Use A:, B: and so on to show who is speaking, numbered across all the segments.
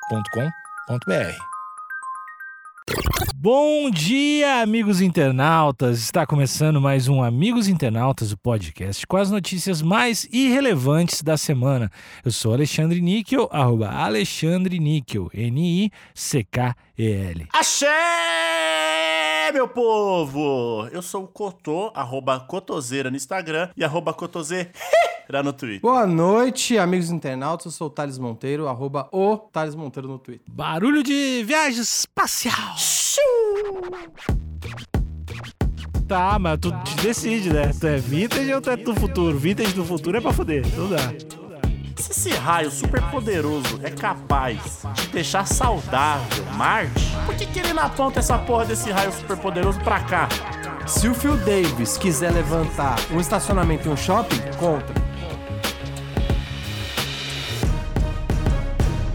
A: agenciadepodcast.com.br. Bom dia, amigos internautas! Está começando mais um Amigos Internautas, o podcast com as notícias mais irrelevantes da semana. Eu sou Alexandre Níquel, arroba Alexandre Níquel, N-I-C-K-E-L.
B: Axé, meu povo! Eu sou o Cotô, arroba Cotoseira no Instagram e arroba Cotoseira no Twitter.
C: Boa noite, amigos internautas. Eu sou o Thales Monteiro, arroba o Thales Monteiro no Twitter.
A: Barulho de viagem espacial! Tá, mas tu decide, né? Tu é vintage ou tu é do futuro? Vintage do futuro é pra foder, não dá.
B: Se esse raio super poderoso é capaz de deixar saudável Marte, por que, que ele não aponta essa porra desse raio super poderoso pra cá?
C: Se o Phil Davis quiser levantar um estacionamento em um shopping, contra.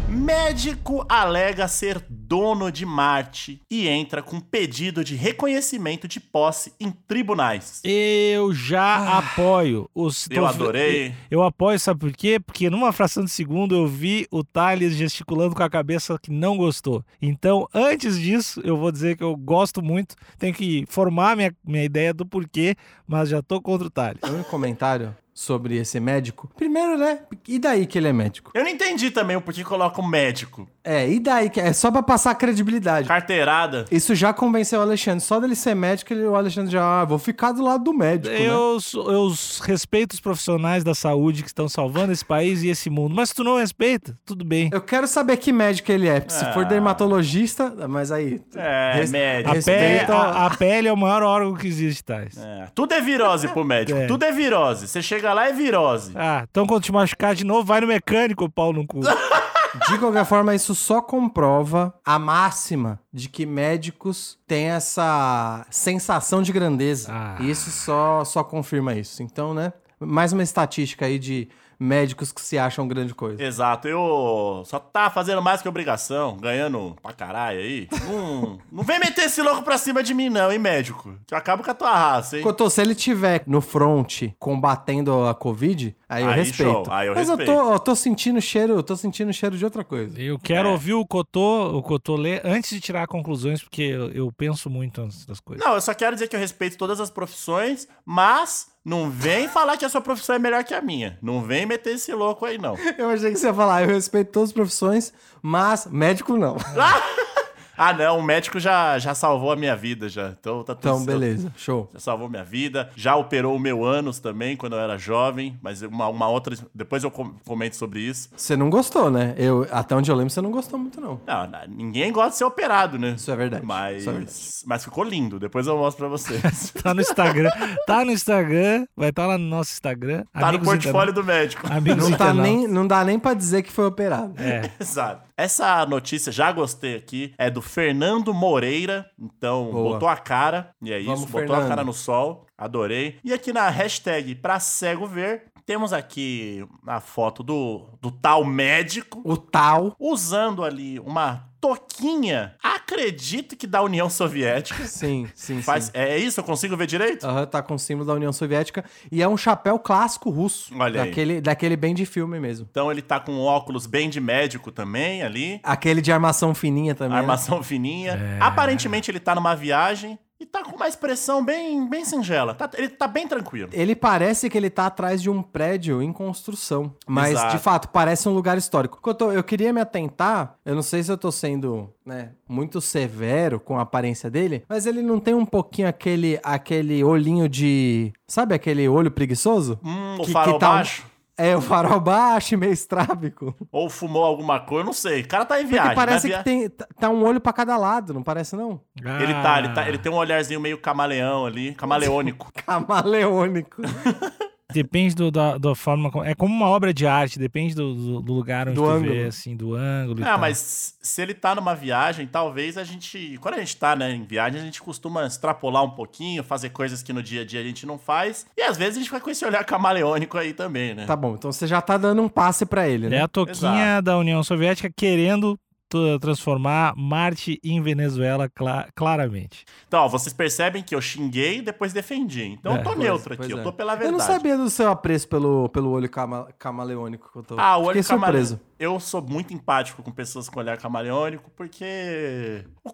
B: Médico alega ser dono de Marte e entra com pedido de reconhecimento de posse em tribunais.
A: Eu já apoio. Os,
B: Ah, Eu
A: tô-
B: adorei.
A: Eu apoio, sabe por quê? Porque numa fração de segundo eu vi o Thales gesticulando com a cabeça que não gostou. Então, antes disso, eu vou dizer que eu gosto muito, tenho que formar minha, minha ideia do porquê, mas já tô contra o Thales.
C: Um comentário sobre esse médico. Primeiro, né? E daí que ele é médico?
B: Eu não entendi também o porquê coloca um médico.
C: É, e daí que é só pra passar a credibilidade.
B: Carteirada.
C: Isso já convenceu o Alexandre. Só dele ser médico, ele- o Alexandre já, ah, vou ficar do lado do médico, né?
A: Eu, sou- eu respeito os profissionais da saúde que estão salvando esse país e esse mundo, mas se tu não respeita, tudo bem.
C: Eu quero saber que médico ele é. Se for
B: Ah.
C: dermatologista, mas aí.
B: É,
C: res-
B: médico.
A: A,
C: respeita-
A: pele- a- a pele é o maior órgão que existe, Thales.
B: É, tudo é virose pro médico.
A: É.
B: Tudo é virose. Você chega lá, é virose.
A: Ah, então quando te machucar de novo, vai no mecânico, pau no cu.
C: De qualquer forma, isso só comprova a máxima de que médicos têm essa sensação de grandeza.
A: Ah.
C: E isso só, só confirma isso. Então, né? Mais uma estatística aí de médicos que se acham grande coisa.
B: Exato, eu só tá fazendo mais que obrigação, ganhando pra caralho aí. Não, não vem meter esse louco pra cima de mim, não, hein, médico? Que eu acabo com a tua raça, hein?
C: Cotô, se ele tiver no front combatendo a Covid, aí, eu
B: Aí,
C: respeito.
B: show, aí eu
C: Mas eu
B: respeito.
C: tô, eu tô sentindo cheiro, eu tô sentindo cheiro de outra coisa.
A: Eu quero
B: É.
A: ouvir o Cotô, o Cotô ler antes de tirar conclusões, porque eu, eu penso muito antes das coisas.
B: Não, eu só quero dizer que eu respeito todas as profissões, mas não vem falar que a sua profissão é melhor que a minha. Não vem meter esse louco aí, não.
C: Eu achei que você ia falar, eu respeito todas as profissões, mas médico não.
B: Ah, não, o médico já, já salvou a minha vida, já. Então tá tudo
C: Então,
B: certo.
C: beleza, show.
B: Já salvou minha vida, já operou o meu ânus também quando eu era jovem, mas uma, uma outra. Depois eu com- comento sobre isso.
C: Você não gostou, né? Eu, até onde eu lembro, você não gostou muito, não.
B: Não, Ah, na- ninguém gosta de ser operado, né?
C: Isso é verdade,
B: Mas,
C: isso é verdade.
B: mas ficou lindo. Depois eu mostro pra vocês.
A: Tá no Instagram, tá no Instagram, vai estar lá no nosso Instagram.
B: tá no
A: Amigos
B: portfólio do médico.
A: interna- Amigos
C: Não, tá
A: internautas.
C: nem, não dá nem pra dizer que foi operado.
A: É.
B: Exato. Essa notícia, já gostei aqui, é do Fernando Moreira. Então,
C: Boa.
B: botou a cara. E é isso,
C: Vamos,
B: botou a
C: Fernando.
B: cara no sol. Adorei. E aqui na hashtag pra cego ver, temos aqui a foto do, do tal médico.
C: O tal.
B: usando ali uma toquinha, acredito que da União Soviética.
C: Sim, sim,
B: Faz,
C: sim.
B: é isso? Eu consigo ver direito?
C: Aham, tá com o símbolo da União Soviética. E é um chapéu clássico russo.
B: Olha aí.
C: daquele, daquele bem de filme mesmo.
B: Então ele tá com um óculos bem de médico também ali,
C: Aquele de armação fininha também. né?
B: armação fininha. Aparentemente ele tá numa viagem e tá com uma expressão bem, bem singela. Tá- ele tá bem tranquilo.
C: Ele parece que ele tá atrás de um prédio em construção. Mas,
B: Exato.
C: de fato, parece um lugar histórico. Cotô, eu queria me atentar. Eu não sei se eu tô sendo, né, muito severo com a aparência dele, mas ele não tem um pouquinho aquele, aquele olhinho de. Sabe aquele olho preguiçoso?
B: Hum, o
C: Que-
B: farol
C: que tal-
B: baixo?
C: É, o farol baixo e meio estrábico.
B: Ou fumou alguma coisa? Não sei. O cara tá em viagem.
C: Porque
B: na
C: parece
B: via-
C: que tem, tá- tá um olho pra cada lado, não parece não?
A: Ah,
B: Ele tá, ele tá, ele tem um olharzinho meio camaleão ali, camaleônico.
C: Camaleônico.
A: Depende do- da, da forma. como- É como uma obra de arte, depende do, do- do lugar onde
C: Do
A: tu vê,
C: ângulo.
A: assim, do ângulo. e
B: Ah,
C: Tá.
A: tal.
B: mas se ele tá numa viagem, talvez a gente. Quando a gente tá né, em viagem, a gente costuma extrapolar um pouquinho, fazer coisas que no dia a dia a gente não faz. E às vezes a gente fica com esse olhar camaleônico aí também, né?
C: tá bom, então você já tá dando um passe pra ele,
A: É
C: né?
A: a toquinha da União Soviética querendo tu- transformar Marte em Venezuela, cla- claramente.
B: Então, ó, vocês percebem que eu xinguei e depois defendi. Então
A: É,
B: eu tô
C: Pois-
B: neutro aqui,
C: pois
B: eu
C: é.
B: tô pela
C: Eu
B: verdade.
C: não sabia do seu apreço pelo, pelo olho cama- camaleônico que eu tô.
B: Ah, o olho
C: Fiquei
B: camale-
C: surpreso.
B: eu sou muito empático com pessoas com olhar camaleônico, porque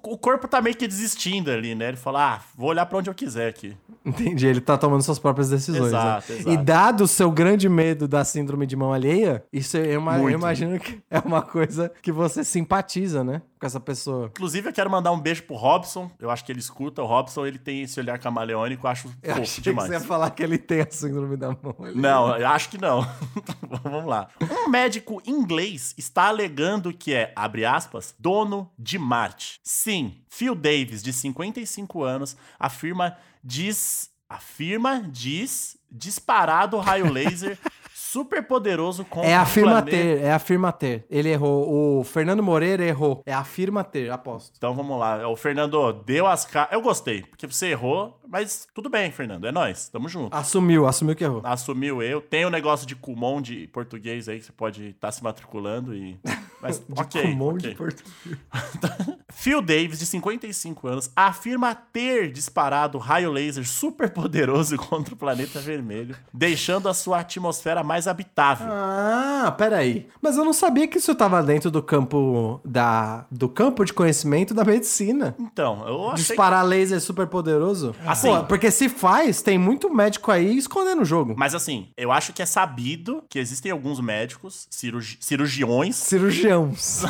B: o, o corpo tá meio que desistindo ali, né? Ele fala, ah, vou olhar pra onde eu quiser aqui.
C: Entendi, ele tá tomando suas próprias decisões.
B: Exato,
C: né?
B: exato.
C: E dado o seu grande medo da síndrome de mão alheia, isso eu, ima- eu
B: Muito.
C: imagino que é uma coisa que você simpatiza, né? Com essa pessoa.
B: Inclusive, eu quero mandar um beijo pro Robson. Eu acho que ele escuta o Robson, ele tem esse olhar camaleônico, eu acho
C: Eu
B: fofo
C: achei
B: demais.
C: que você ia falar que ele tem a síndrome da mão alheia.
B: Não, eu acho que não. Vamos lá. Um médico inglês está alegando que é, abre aspas, dono de Marte. Sim, Phil Davis, de 55 anos, afirma, diz, afirma, diz, disparado raio laser super poderoso contra
C: É
B: o
C: afirma
B: planeta-
C: ter, é afirma ter. Ele errou. O Fernando Moreira errou. É afirma ter, aposto.
B: Então vamos lá. O Fernando deu as caras. Eu gostei, porque você errou, mas tudo bem, Fernando. É nóis. Tamo junto.
C: Assumiu, assumiu que
B: Ah,
C: errou.
B: Assumiu eu. Tem o negócio de Kumon de português aí que você pode estar se matriculando e. Mas, ok.
C: Um monte
B: ok.
C: de português.
B: Phil Davis, de 55 anos, afirma ter disparado raio laser superpoderoso contra o planeta vermelho, deixando a sua atmosfera mais habitável.
C: Ah, peraí. Mas eu não sabia que isso tava dentro do campo da do campo de conhecimento da medicina.
B: Então, eu achei.
C: Disparar laser super poderoso?
B: Assim.
C: porque se faz, tem muito médico aí escondendo o jogo.
B: Mas assim, eu acho que é sabido que existem alguns médicos, cirurgi- cirurgiões,
C: Cirurgiões.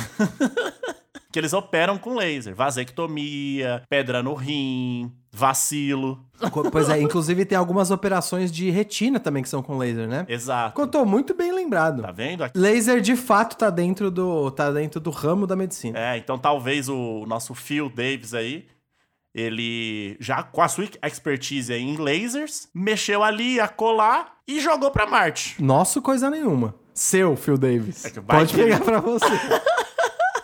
B: que eles operam com laser. Vasectomia, pedra no rim, vacilo.
C: Co- pois é, inclusive tem algumas operações de retina também que são com laser, né?
B: Exato.
C: Contou muito bem lembrado.
B: Tá vendo? Aqui-
C: Laser de fato tá dentro do tá dentro do ramo da medicina.
B: É, então talvez o nosso Phil Davis aí, ele já com a sua expertise aí em lasers, mexeu ali, acolá e jogou pra Marte.
C: Nosso coisa nenhuma. Seu, Phil Davis.
B: É que vai
C: Pode
B: que-
C: pegar pra você.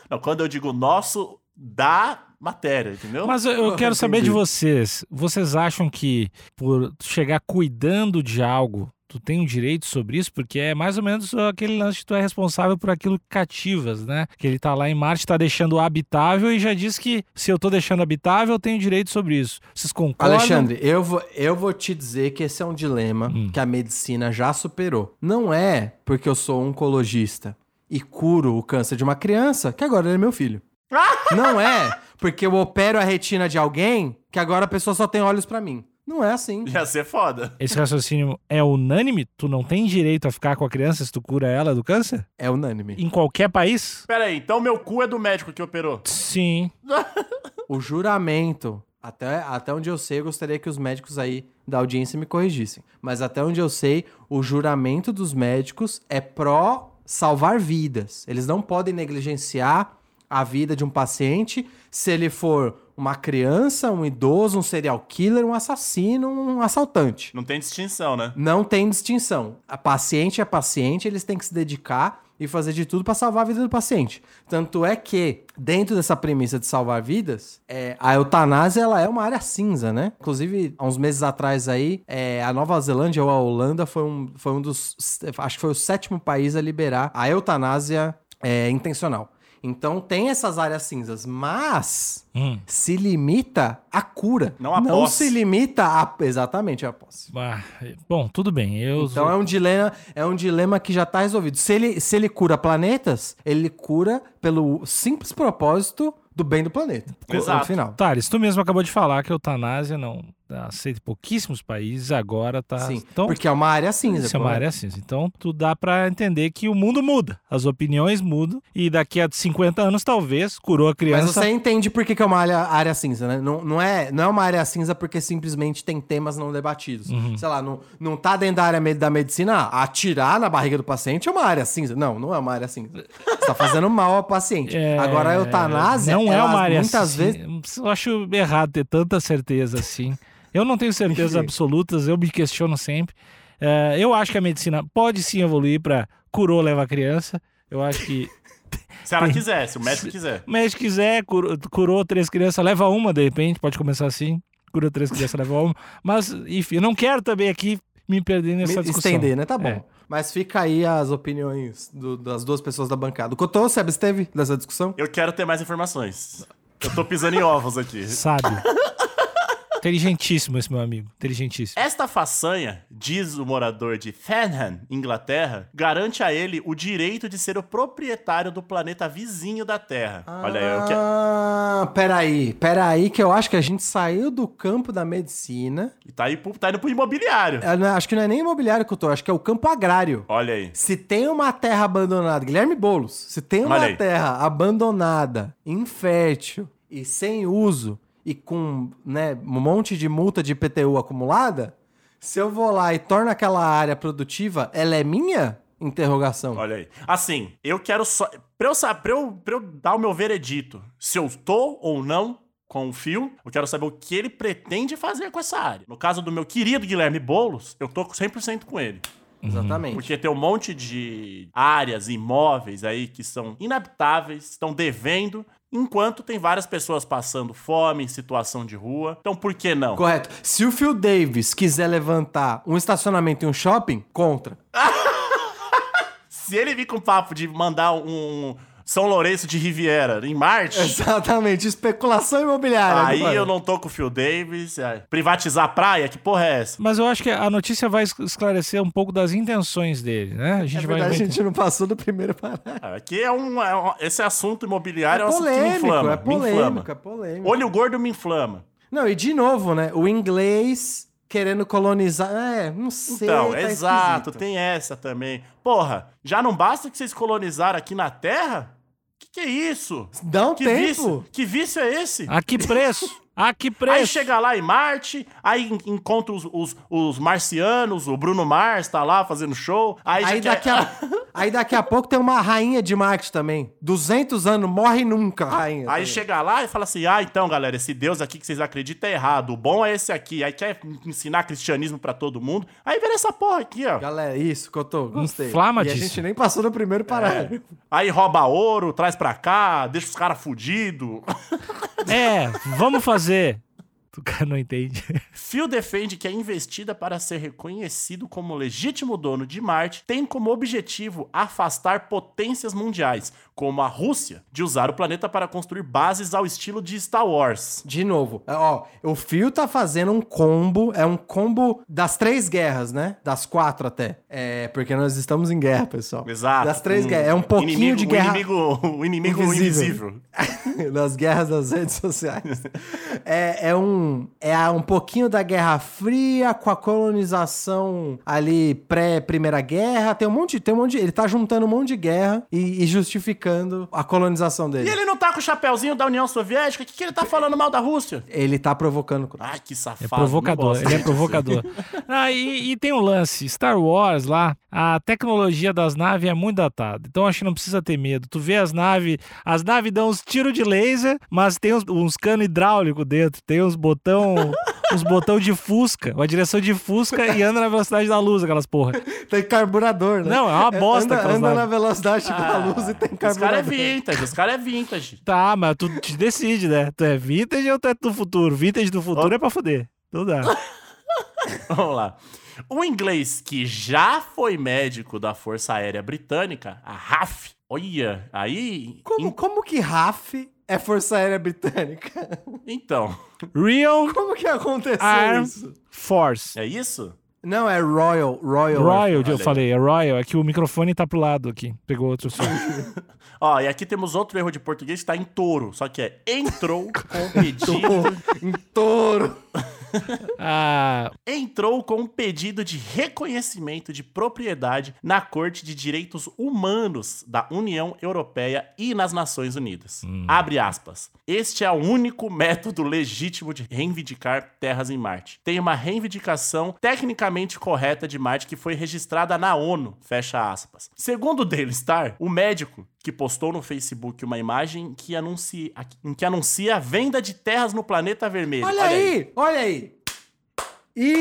B: Não, quando eu digo nosso, da matéria, entendeu?
A: Mas eu, eu
C: Eu
A: quero saber de
C: Então, entendi.
A: vocês. Vocês acham que por chegar cuidando de algo, tu tem um direito sobre isso? Porque é mais ou menos aquele lance que tu é responsável por aquilo que cativas, né? Que ele tá lá em Marte, tá deixando habitável e já diz que se eu tô deixando habitável, eu tenho direito sobre isso. Vocês concordam?
C: Alexandre, eu vou, eu vou te dizer que esse é um dilema
A: Hum.
C: que a medicina já superou. Não é porque eu sou oncologista e curo o câncer de uma criança, que agora ele é meu filho. Não é porque eu opero a retina de alguém, que agora a pessoa só tem olhos pra mim. Não é assim.
B: Ia ser foda.
A: Esse raciocínio é unânime? Tu não tem direito a ficar com a criança se tu cura ela do câncer?
C: É unânime.
A: Em qualquer país?
B: Pera aí, então meu cu é do médico que operou.
A: Sim.
C: O juramento, até, até onde eu sei, eu gostaria que os médicos aí da audiência me corrigissem. Mas até onde eu sei, o juramento dos médicos é pró salvar vidas. Eles não podem negligenciar a vida de um paciente se ele for uma criança, um idoso, um serial killer, um assassino, um assaltante.
B: Não tem distinção, né?
C: Não tem distinção. A paciente é paciente, eles têm que se dedicar e fazer de tudo pra salvar a vida do paciente. Tanto é que, dentro dessa premissa de salvar vidas, é, a eutanásia ela é uma área cinza, né? Inclusive, há uns meses atrás aí, é, a Nova Zelândia ou a Holanda foi um, foi um dos. Acho que foi o sétimo país a liberar a eutanásia é, intencional. Então tem essas áreas cinzas, mas
A: Hum.
C: se limita à cura.
B: Não à
C: não
B: posse.
C: se limita a. Exatamente, à posse.
A: Ah, Bom, tudo bem. Eu
C: Então é um dilema, é um dilema que já tá resolvido. Se ele, se ele cura planetas, ele cura pelo simples propósito do bem do planeta.
B: Exato.
C: No final.
A: Thales, tu mesmo acabou de falar que a eutanásia não aceita em pouquíssimos países, agora tá.
C: Sim,
A: então,
C: porque é uma área cinza.
A: isso é uma
C: correto?
A: área cinza. Então, tu dá pra entender que o mundo muda, as opiniões mudam, e daqui a 50 anos, talvez, curou a
C: Mas
A: criança.
C: você entende por que, que é uma área, área cinza, né? Não, não, é, não é uma área cinza porque simplesmente tem temas não debatidos.
A: Uhum.
C: Sei lá, não, não tá dentro da área me- da medicina, ah, atirar na barriga do paciente é uma área cinza. Não, não é uma área cinza. Você tá fazendo mal ao paciente.
A: É,
C: Agora a eutanásia,
A: não é
C: ela
A: uma área
C: muitas
A: cinza.
C: vezes
A: Eu acho errado ter tanta certeza assim. Eu não tenho certezas absolutas, eu me questiono sempre. É, eu acho que a medicina pode sim evoluir pra curou, leva a criança. Eu acho que
B: Se ela quiser, se o médico quiser.
A: O médico quiser, curou, curou três crianças, leva uma, de repente, pode começar assim. Curou três crianças, leva uma. Mas, enfim, eu não quero também aqui me perder nessa
C: Me-
A: discussão.
C: Estender, né? Tá bom.
A: É.
C: Mas fica aí as opiniões do- das duas pessoas da bancada. O Cotô se absteve dessa discussão?
B: Eu quero ter mais informações. Eu tô pisando em ovos aqui.
A: Sábio. Inteligentíssimo esse meu amigo. Inteligentíssimo.
B: Esta façanha, diz o morador de Fenham, Inglaterra, garante a ele o direito de ser o proprietário do planeta vizinho da Terra. Olha aí, eu que...
C: Ah, peraí, peraí, que eu acho que a gente saiu do campo da medicina.
B: E tá, aí pro- tá indo pro imobiliário.
C: Eu não- acho que não é nem imobiliário que eu tô, acho que é o campo agrário.
B: Olha aí.
C: Se tem uma terra abandonada, Guilherme Boulos, se tem uma
B: Olha aí.
C: terra abandonada, infértil e sem uso e com né, um monte de multa de IPTU acumulada, se eu vou lá e torno aquela área produtiva, ela é minha? Interrogação.
B: Olha aí. Assim, eu quero só. Pra eu, sa- pra eu, pra eu dar o meu veredito, se eu tô ou não com o fio, eu quero saber o que ele pretende fazer com essa área. No caso do meu querido Guilherme Boulos, eu tô 100% com ele.
C: Exatamente.
B: Porque tem um monte de áreas, imóveis aí que são inabitáveis, estão devendo, enquanto tem várias pessoas passando fome, em situação de rua. Então por que não?
C: Correto. Se o Phil Davis quiser levantar um estacionamento e um shopping, contra.
B: Se ele vir com papo de mandar um São Lourenço de Riviera em Marte.
C: É, Exatamente. Especulação imobiliária.
B: Aí
C: mano.
B: eu não tô com o Phil Davis. é. Privatizar a praia? Que porra é essa?
A: Mas eu acho que a notícia vai es- esclarecer um pouco das intenções dele, né? A gente
C: É
A: vai.
C: verdade, a
A: vai-
C: gente não passou do primeiro parágrafo.
B: Ah, Aqui é um, é um- Esse assunto imobiliário é, um assunto que me
C: polêmico,
B: inflama.
C: é
B: me inflama.
C: polêmico, é polêmico.
B: Olho gordo me inflama.
C: Não, e de novo, né? O inglês querendo colonizar. É, não sei.
B: Então,
C: tá
B: exato,
C: esquisito.
B: tem essa também. Porra, já não basta que vocês colonizaram aqui na Terra? Que que é isso?
C: Dá um
B: Que
C: tempo.
B: vício? Que vício é esse?
C: Ah,
A: A que preço? A que preço?
B: Aí chega lá em Marte, aí en- encontra os, os- os marcianos, o Bruno Mars tá lá fazendo show. Aí, já
C: Aí
B: quer-
C: daqui, a, aí daqui a pouco tem uma rainha de Marte também. 200 anos, morre nunca, rainha.
B: Ah, Aí chega lá e fala assim: ah, então, galera, esse Deus aqui que vocês acreditam é errado, o bom é esse aqui. Aí quer ensinar cristianismo pra todo mundo. Aí vira essa porra aqui, ó.
C: Galera, é isso, Cotô, gostei.
A: Inflama
C: e a
A: disso.
C: gente nem passou no primeiro
B: É.
C: parágrafo.
B: Aí rouba ouro, traz pra cá, deixa os caras fudidos.
A: É, vamos fazer. O cara não entende.
B: Phil defende que a investida para ser reconhecido como legítimo dono de Marte tem como objetivo afastar potências mundiais, como a Rússia, de usar o planeta para construir bases ao estilo de Star Wars.
C: De novo, é, ó, o Fio tá fazendo um combo, é um combo das três guerras, né? Das quatro até. É, porque nós estamos em guerra, pessoal.
B: Exato.
C: Das três
B: Um
C: guerras, é um pouquinho
B: inimigo-
C: de
B: Um
C: guerra.
B: inimigo, um inimigo
C: invisível.
B: invisível.
C: nas guerras das redes sociais. É, é um é a- um pouquinho da Guerra Fria com a colonização ali pré Primeira Guerra. Tem um monte, tem um monte. de- Ele tá juntando um monte de guerra e, e justificando a colonização
B: E
C: dele. Ele...
B: ele não tá com o chapéuzinho da União Soviética? O que, que ele tá falando mal da Rússia?
C: tá provocando.
B: Ai, que safado.
A: É
B: não
A: provocador,
B: gosto
A: ele é
B: disso.
A: provocador. Ah, e, e tem um lance, Star Wars lá, a tecnologia das naves é muito datada, então acho que não precisa ter medo. Tu vê as naves, as naves dão uns tiros de laser, mas tem uns, uns cano hidráulico dentro, tem uns botão, uns botão de fusca, uma direção de fusca e anda na velocidade da luz aquelas porra.
C: Tem carburador, né?
A: Não, é uma bosta
C: anda,
A: aquelas
C: anda
A: naves.
C: na velocidade da
B: Ah,
C: luz e tem
B: Os caras é
C: carburador.
B: vintage, os caras é vintage.
A: Tá, mas tu te decide, né? Tu é vintage ou tu é do futuro? Vintage do futuro é pra fuder. Então dá.
B: Vamos lá. Um inglês que já foi médico da Força Aérea Britânica, a RAF. Olha, aí.
C: Como, como que RAF é Força Aérea Britânica?
B: Então,
A: Real
C: Como que aconteceu
A: Arm
C: isso?
A: Force.
B: é isso?
C: Não, é Royal, Royal. Air
A: Royal,
B: Olha
A: eu
B: aí.
A: falei, é Royal, é que o microfone tá pro lado aqui. Pegou outro som.
B: Ó, e aqui temos outro erro de português que tá em touro, só que é entrou com pedido.
C: em touro.
A: ah,
B: entrou com um pedido de reconhecimento de propriedade na Corte de Direitos Humanos da União Europeia e nas Nações Unidas.
C: Hum.
B: Abre aspas. Este é o único método legítimo de reivindicar terras em Marte. Tem uma reivindicação tecnicamente correta de Marte que foi registrada na ONU. Fecha aspas. Segundo o Daily Star, o médico que postou no Facebook uma imagem que anuncia, em que anuncia a venda de terras no planeta vermelho.
C: Olha aí, olha aí.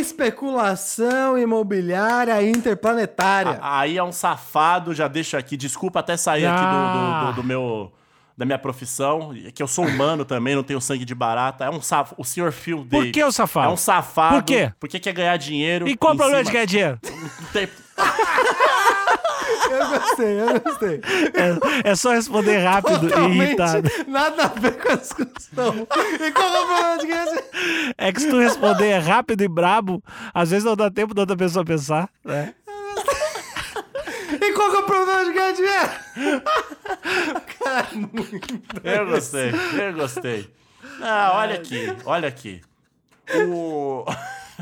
C: Especulação imobiliária interplanetária.
B: A- Aí é um safado, já deixo aqui. Desculpa até sair aqui
A: Ah.
B: do, do- do- do meu. Da minha profissão, é que eu sou humano também, não tenho sangue de barata. É um safado. O senhor Phil
A: por
B: Davis.
A: que o
B: É
A: safado?
B: um safado.
A: Por quê?
B: Porque quer ganhar dinheiro.
A: E qual o
B: em
A: problema de
B: cima-
A: ganhar dinheiro?
B: Não tem-
C: Eu gostei, eu gostei.
A: É, é só responder rápido e né? irritado.
C: nada a ver com a discussão. E como o problema de criança?
A: É que se tu responder rápido e brabo, às vezes não dá tempo da outra pessoa pensar. né?
C: E qual que é o problema de ganhar dinheiro? Cara, É
B: Eu gostei, eu gostei. Ah, olha aqui, olha aqui. O.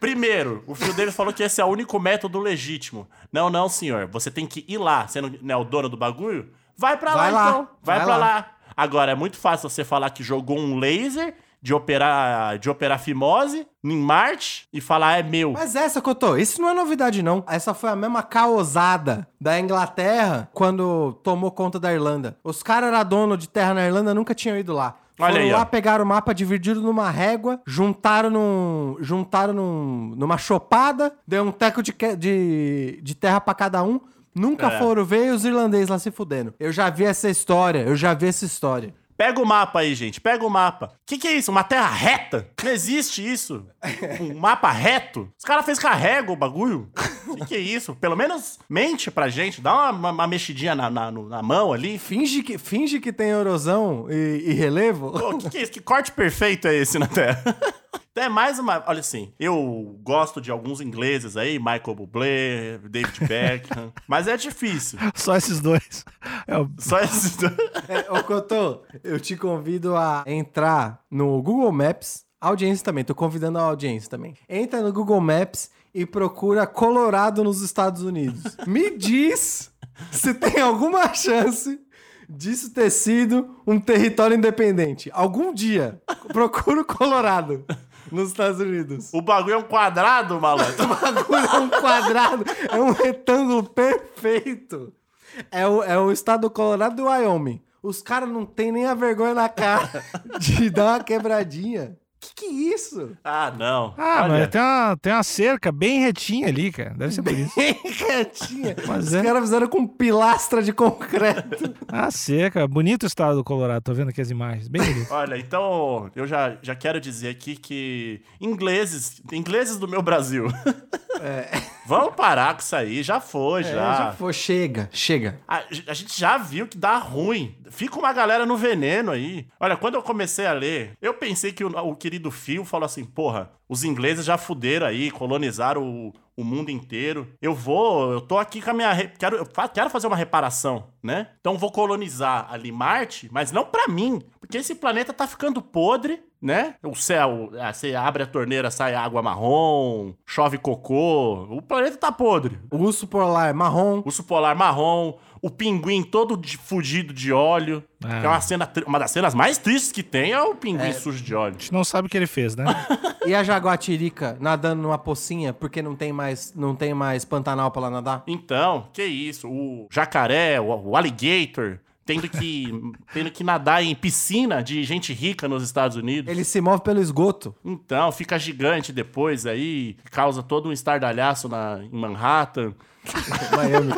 B: Primeiro, o filho deles falou que esse é o único método legítimo. Não, não, senhor. Você tem que ir lá. Você não não é o dono do bagulho? Vai pra
C: Vai
B: lá,
C: lá,
B: então. Vai,
C: vai
B: pra
C: lá.
B: lá. Agora, é muito fácil você falar que jogou um laser de operar, de operar fimose em Marte e falar é meu.
C: Mas essa, Cotô, isso não é novidade, não. Essa foi a mesma caosada da Inglaterra quando tomou conta da Irlanda. Os caras eram dono de terra na Irlanda, nunca tinham ido lá.
B: Olha
C: Foram
B: aí,
C: lá,
B: ó.
C: pegaram o mapa, dividiram numa régua, juntaram num, juntaram num- numa chopada, deu um teco de, que- de, de terra pra cada um. Nunca
B: É.
C: foram ver e os irlandeses lá se fudendo. Eu já vi essa história, eu já vi essa história.
B: Pega o mapa aí, gente. Pega o mapa. O que, que é isso? Uma terra reta? Não existe isso. Um mapa reto? Os caras fez carrega o bagulho. O que, que é isso? Pelo menos mente pra gente. Dá uma, uma- uma mexidinha na, na- no- na mão ali.
C: Finge que, finge que tem erosão e, e relevo.
B: Pô, o que, que é isso? Que corte perfeito é esse na Terra? Então é mais uma. Olha assim, eu gosto de alguns ingleses aí, Michael Bublé, David Beckham, mas é difícil.
A: Só esses dois. É o-
B: Só esses dois.
C: É, Ô, Cotô, eu te convido a entrar no Google Maps. Audiência também, tô convidando a audiência também. Entra no Google Maps e procura Colorado nos Estados Unidos. Me diz se tem alguma chance disso ter sido um território independente. Algum dia, procura o Colorado nos Estados Unidos.
B: O bagulho é um quadrado, malandro.
C: O bagulho é um quadrado, é um retângulo perfeito. É o, é o estado do Colorado e do Wyoming. Os caras não tem nem a vergonha na cara de dar uma quebradinha. Que que é isso?
B: Ah, não.
A: Ah,
B: Olha.
A: mas tem uma, tem uma cerca bem retinha ali, cara. Deve ser por isso.
C: Bem retinha.
A: Mas
C: Os
A: é.
C: caras fizeram com pilastra de concreto.
A: Ah, seca. Bonito o estado do Colorado. Tô vendo aqui as imagens. Bem bonito.
B: Olha, então eu já, já quero dizer aqui que ingleses, ingleses do meu Brasil, vão parar com isso aí, já foi,
C: É,
B: já.
C: foi. Chega, chega.
B: A, a gente já viu que dá ruim. Fica uma galera no veneno aí. Olha, quando eu comecei a ler, eu pensei que o, o querido Phil falou assim: porra, os ingleses já fuderam aí, colonizaram o, o mundo inteiro. Eu vou, eu tô aqui com a minha. re- Quero, eu fa- quero fazer uma reparação, né? Então vou colonizar ali Marte, mas não pra mim, porque esse planeta tá ficando podre. Né? O céu, ah, você abre a torneira, sai água marrom, chove cocô, o planeta tá podre.
C: O urso polar é marrom.
B: Urso polar marrom, o pinguim todo de, fudido de óleo.
A: Ah.
B: Que é uma, cena, tri- uma das cenas mais tristes que tem é o pinguim sujo de óleo.
A: A gente não sabe o que ele fez, né?
B: Então,
C: E a jaguatirica nadando numa pocinha porque não tem mais, não tem mais pantanal pra lá nadar?
B: Então, que isso? O jacaré, o, o alligator, tendo que, tendo que nadar em piscina de gente rica nos Estados Unidos.
C: Ele se move pelo esgoto.
B: Então, fica gigante depois aí, causa todo um estardalhaço na, em Manhattan.
C: Miami.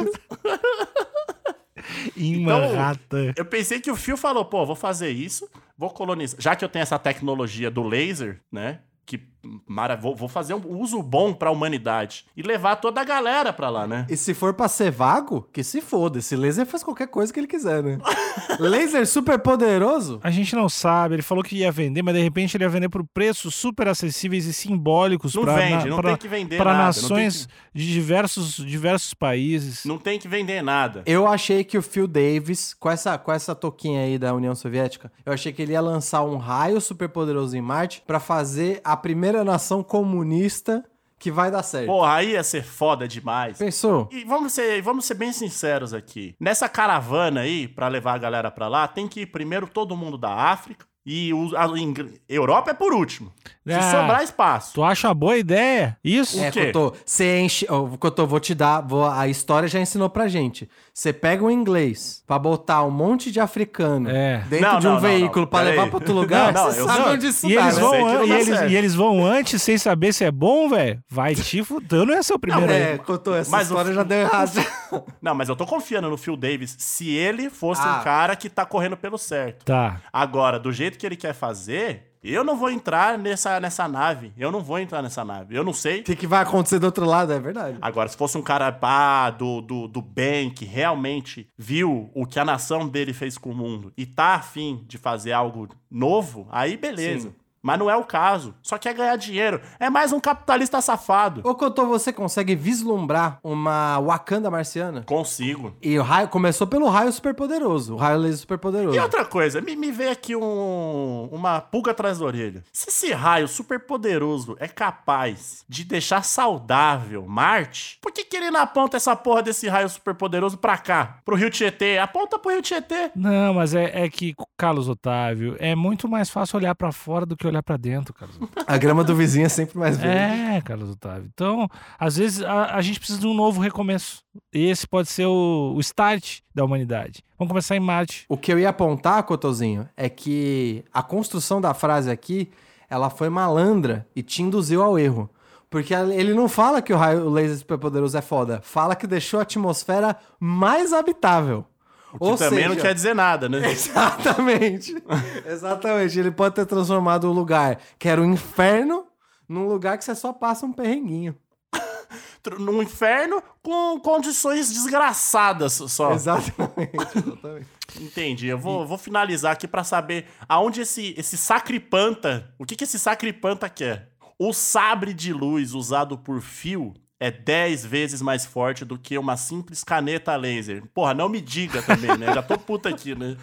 A: Em
B: Então,
A: Manhattan.
B: Eu pensei que o Phil falou, pô, vou fazer isso, vou colonizar. Já que eu tenho essa tecnologia do laser, né? Que mara, vou, vou fazer um uso bom pra humanidade e levar toda a galera pra lá, né?
C: E se for pra ser vago, que se foda. Esse laser faz qualquer coisa que ele quiser, né? laser super poderoso?
A: A gente não sabe. Ele falou que ia vender, mas de repente ele ia vender por preços super acessíveis e simbólicos
B: Não
A: pra,
B: vende,
A: na-
B: não
A: pra-
B: tem que vender
A: pra
B: nada.
A: nações de diversos, diversos países.
B: Não tem, que, não tem que vender nada.
C: Eu achei que o Phil Davis, com essa, com essa toquinha aí da União Soviética, eu achei que ele ia lançar um raio super poderoso em Marte pra fazer a primeira nação comunista que vai dar certo.
B: Porra, aí ia ser foda demais.
C: Pensou?
B: E vamos ser, vamos ser bem sinceros aqui. Nessa caravana aí, pra levar a galera pra lá, tem que ir primeiro todo mundo da África e o, a Ingl- Europa é por último. Se
A: Ah.
B: sobrar espaço.
A: Tu acha uma boa ideia? Isso?
C: É,
B: quê?
C: Cotô, você enche. Ô, Cotô, vou te dar. vou- a história já ensinou pra gente. Você pega um inglês pra botar um monte de africano
A: É.
C: dentro
B: Não,
C: de um
B: não, não,
C: veículo
B: não,
C: pra
B: peraí.
C: levar pra outro lugar.
B: Não, não,
C: você
B: eu-
C: sabe
B: não,
C: onde isso
A: E
C: dá,
A: eles,
C: né?
B: Cara,
A: vão,
B: isso aí
A: an-
B: não
A: e,
B: dá
A: eles,
B: certo.
A: e eles vão antes sem saber se é bom, velho. Vai te fudando essa é o primeiro
C: É,
A: aí.
C: contou essa
B: Mas o
C: história
B: fi-
C: já deu errado.
B: Não, mas eu tô confiando no Phil Davis se ele fosse
C: Ah.
B: um cara que tá correndo pelo certo.
A: Tá.
B: Agora, do jeito que ele quer fazer, Eu não vou entrar nessa, nessa nave. Eu não vou entrar nessa nave. Eu não sei.
C: O que, que vai acontecer do outro lado, é verdade.
B: Agora, se fosse um cara pá, do, do, do bem, que realmente viu o que a nação dele fez com o mundo e tá afim de fazer algo novo, aí beleza.
C: Sim.
B: Mas não é o caso. Só quer ganhar dinheiro. É mais um capitalista safado.
C: Ô, Cotô, você consegue vislumbrar uma Wakanda marciana?
B: Consigo.
C: E o raio começou pelo raio superpoderoso, o raio laser superpoderoso.
B: E outra coisa, me, me veio aqui um, uma pulga atrás da orelha. Se esse raio super poderoso é capaz de deixar saudável Marte, por que, que ele não aponta essa porra desse raio super poderoso pra cá? Pro Rio Tietê? Aponta pro Rio Tietê.
A: Não, mas é, é que, Carlos Otávio, é muito mais fácil olhar pra fora do que olhar pra dentro, Carlos. Otávio.
C: A grama do vizinho é sempre mais verde.
A: é, Carlos Otávio. Então, às vezes, a, a gente precisa de um novo recomeço. Esse pode ser o, o start da humanidade. Vamos começar em Marte.
C: O que eu ia apontar, Cotozinho, é que a construção da frase aqui, ela foi malandra e te induziu ao erro. Porque a- ele não fala que o raio laser superpoderoso é foda, fala que deixou a atmosfera mais habitável.
B: Que também não quer dizer nada, né?
C: Exatamente. Exatamente. Ele pode ter transformado o lugar que era o inferno num lugar que você só passa um perrenguinho.
B: Tr- Num inferno com condições desgraçadas só.
C: Exatamente. exatamente.
B: Entendi. Eu vou, vou finalizar aqui pra saber aonde esse, esse sacripanta. O que, que esse sacripanta quer? O sabre de luz usado por fio é 10 vezes mais forte do que uma simples caneta laser. Porra, não me diga também, né? Já tô puta aqui, né?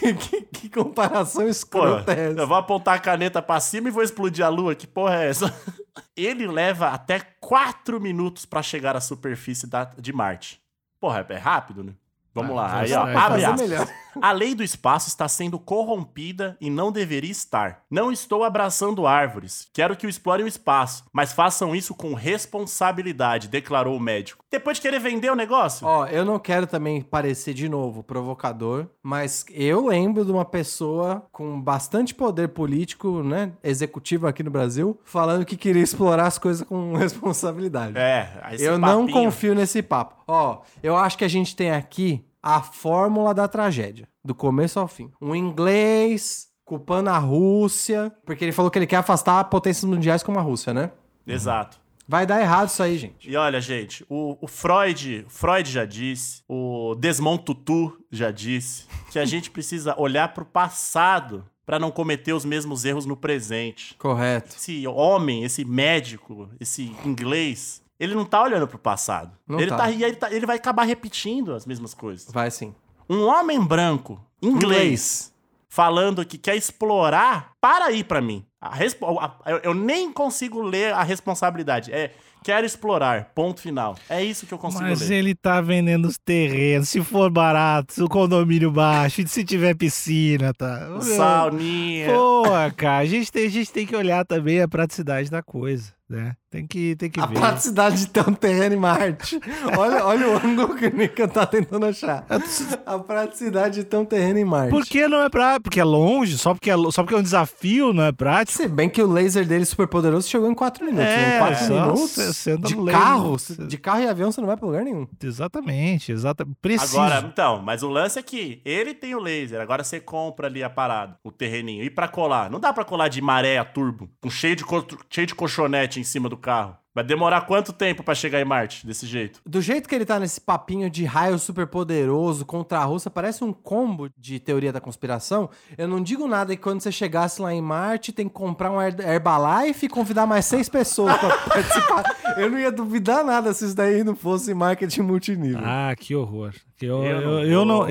C: que, que- que comparação
B: Pô,
C: escrota é
B: eu
C: essa?
B: vou apontar a caneta pra cima e vou explodir a lua. Que porra é essa? Ele leva até 4 minutos pra chegar à superfície da- de Marte. Porra, é rápido, né? Vamos
A: Ah,
B: lá.
A: faz-
B: Aí, ó,
A: faz-
B: abre
C: fazer
B: aspas.
C: melhor.
B: A lei do espaço está sendo corrompida e não deveria estar. Não estou abraçando árvores. Quero que o explorem o espaço, mas façam isso com responsabilidade, declarou o médico. Depois de querer vender o negócio?
C: Ó, eu não quero também parecer de novo provocador, mas eu lembro de uma pessoa com bastante poder político, né, executivo aqui no Brasil, falando que queria explorar as coisas com responsabilidade.
B: É, esse
C: eu não
B: papinho.
C: confio nesse papo. Ó, eu acho que a gente tem aqui a fórmula da tragédia, do começo ao fim. Um inglês culpando a Rússia, porque ele falou que ele quer afastar potências mundiais como a Rússia, né?
B: Exato.
C: Vai dar errado isso aí, gente.
B: E olha, gente, o, o Freud, Freud já disse, o Desmond Tutu já disse que a gente precisa olhar para o passado para não cometer os mesmos erros no presente.
C: Correto.
B: esse homem, esse médico, esse inglês, ele não tá olhando pro passado.
C: Não
B: ele
C: tá.
B: tá- e ele, tá- ele vai acabar repetindo as mesmas coisas.
C: Vai sim.
B: Um homem branco, inglês,
C: Inglês.
B: falando que quer explorar, para aí pra mim. A respo- a- eu, eu nem consigo ler a responsabilidade. É, quero explorar, ponto final. É isso que eu consigo
A: Mas
B: ler.
A: ele tá vendendo os terrenos, se for barato, se o condomínio baixo, e se tiver piscina, tá? Ô, meu,
B: Sauninha.
A: Boa, cara. A gente, tem, a gente tem que olhar também a praticidade da coisa, né? Tem que, tem que
C: A
A: ver.
C: praticidade de ter um terreno em Marte. Olha, olha o ângulo que o Nika tá tentando achar. A praticidade de ter um terreno em Marte.
A: É, Por que não é prático? Porque é longe, só porque é, lo- só porque é um desafio, não é prático.
C: Se bem que o laser dele super poderoso chegou em 4 minutos. né? Em
A: É,
C: 4
A: só
C: minutos.
A: você- você anda
C: de
A: no laser.
C: carro, de carro e avião você não vai pra lugar nenhum.
A: Exatamente, exatamente. Preciso.
B: Agora, então, mas o lance é que ele tem o laser, agora você compra ali a parada, o terreninho. E pra colar? Não dá pra colar de maré a turbo, com cheio de, co- cheio de colchonete em cima do carro. Vai demorar quanto tempo pra chegar em Marte desse jeito?
C: Do jeito que ele tá nesse papinho de raio super poderoso contra a Rússia, parece um combo de teoria da conspiração. Eu não digo nada que quando você chegasse lá em Marte, tem que comprar um Her- Herbalife e convidar mais seis pessoas pra participar. Eu não ia duvidar nada se isso daí não fosse marketing multinível.
A: Ah, que horror. Eu,
B: Eu
A: eu,
B: não
A: eu, não,
B: vou.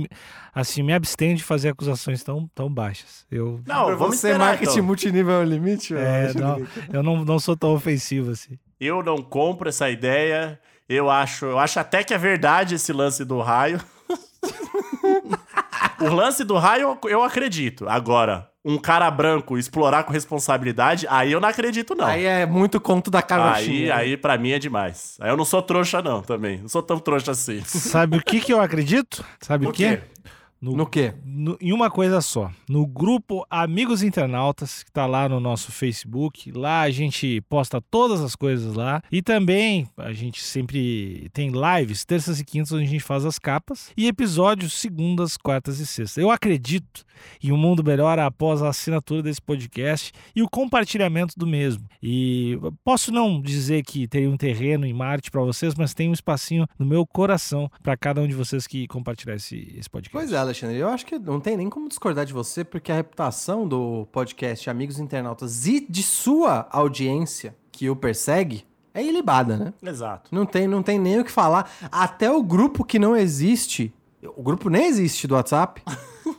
A: eu, assim, me abstenho de fazer acusações tão, tão baixas. Eu,
B: Não,
C: Pra
B: vamos
C: você,
B: esperar,
C: marketing
B: então.
C: multinível é o limite? eu
A: é,
C: acho,
A: não,
C: Henrique.
A: eu não, não sou tão ofensivo assim.
B: Eu não compro essa ideia. Eu acho, eu acho até que é verdade esse lance do raio. o lance do raio eu acredito. Agora, um cara branco explorar com responsabilidade, aí eu não acredito não.
C: Aí é muito conto da
B: Aí,
C: carochinha.
B: aí pra mim é demais. Aí eu não sou trouxa, não, também. Não sou tão trouxa assim.
A: Sabe o que, que eu acredito? Sabe o
B: O
A: quê?
B: quê?
A: No,
C: No quê?
A: no- em uma coisa só. No grupo Amigos Internautas, que tá lá no nosso Facebook. Lá a gente posta todas as coisas lá. E também a gente sempre tem lives, terças e quintas, onde a gente faz as capas. E episódios segundas, quartas e sextas. Eu acredito em um mundo melhor após a assinatura desse podcast e o compartilhamento do mesmo. E posso não dizer que teria um terreno em Marte para vocês, mas tem um espacinho no meu coração para cada um de vocês que compartilhar esse, esse podcast.
C: Pois é, Alexandre, eu acho que não tem nem como discordar de você, porque a reputação do podcast Amigos Internautas e de sua audiência que o persegue é ilibada, né?
B: Exato.
C: Não tem, não tem nem o que falar. Até o grupo que não existe, o grupo nem existe do WhatsApp,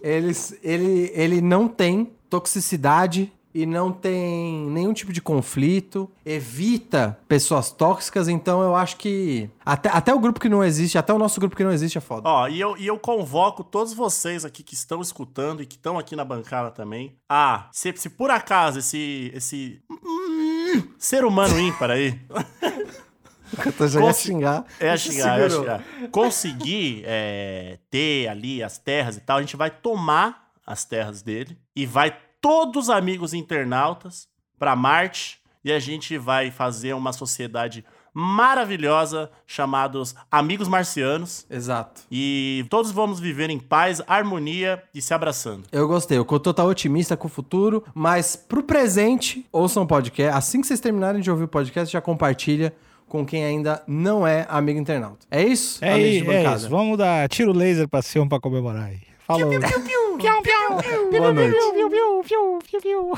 C: eles, ele, ele não tem toxicidade e não tem nenhum tipo de conflito, evita pessoas tóxicas, então eu acho que até, até o grupo que não existe, até o nosso grupo que não existe é foda.
B: Ó, e eu, e eu convoco todos vocês aqui que estão escutando e que estão aqui na bancada também. Ah, se, se por acaso esse, esse hum, ser humano ímpar aí
C: Eu já ia
B: Confi-
C: xingar.
B: É
C: Se
B: xingar, é
C: segurou.
B: xingar. Conseguir é, ter ali as terras e tal, a gente vai tomar as terras dele e vai todos os amigos internautas pra Marte e a gente vai fazer uma sociedade maravilhosa chamados Amigos Marcianos
C: Exato.
B: e todos vamos viver em paz, harmonia e se abraçando.
C: Eu gostei. O Cotô tá otimista com o futuro, mas pro presente, ouçam o podcast. Assim que vocês terminarem de ouvir o podcast, já compartilha com quem ainda não é amigo internauta. É isso?
A: É,
C: amigos
A: i- é isso. Vamos dar tiro laser pra ser um pra comemorar aí. Falou.
C: Boa noite.
D: Piu, piu, piu, piu, piu.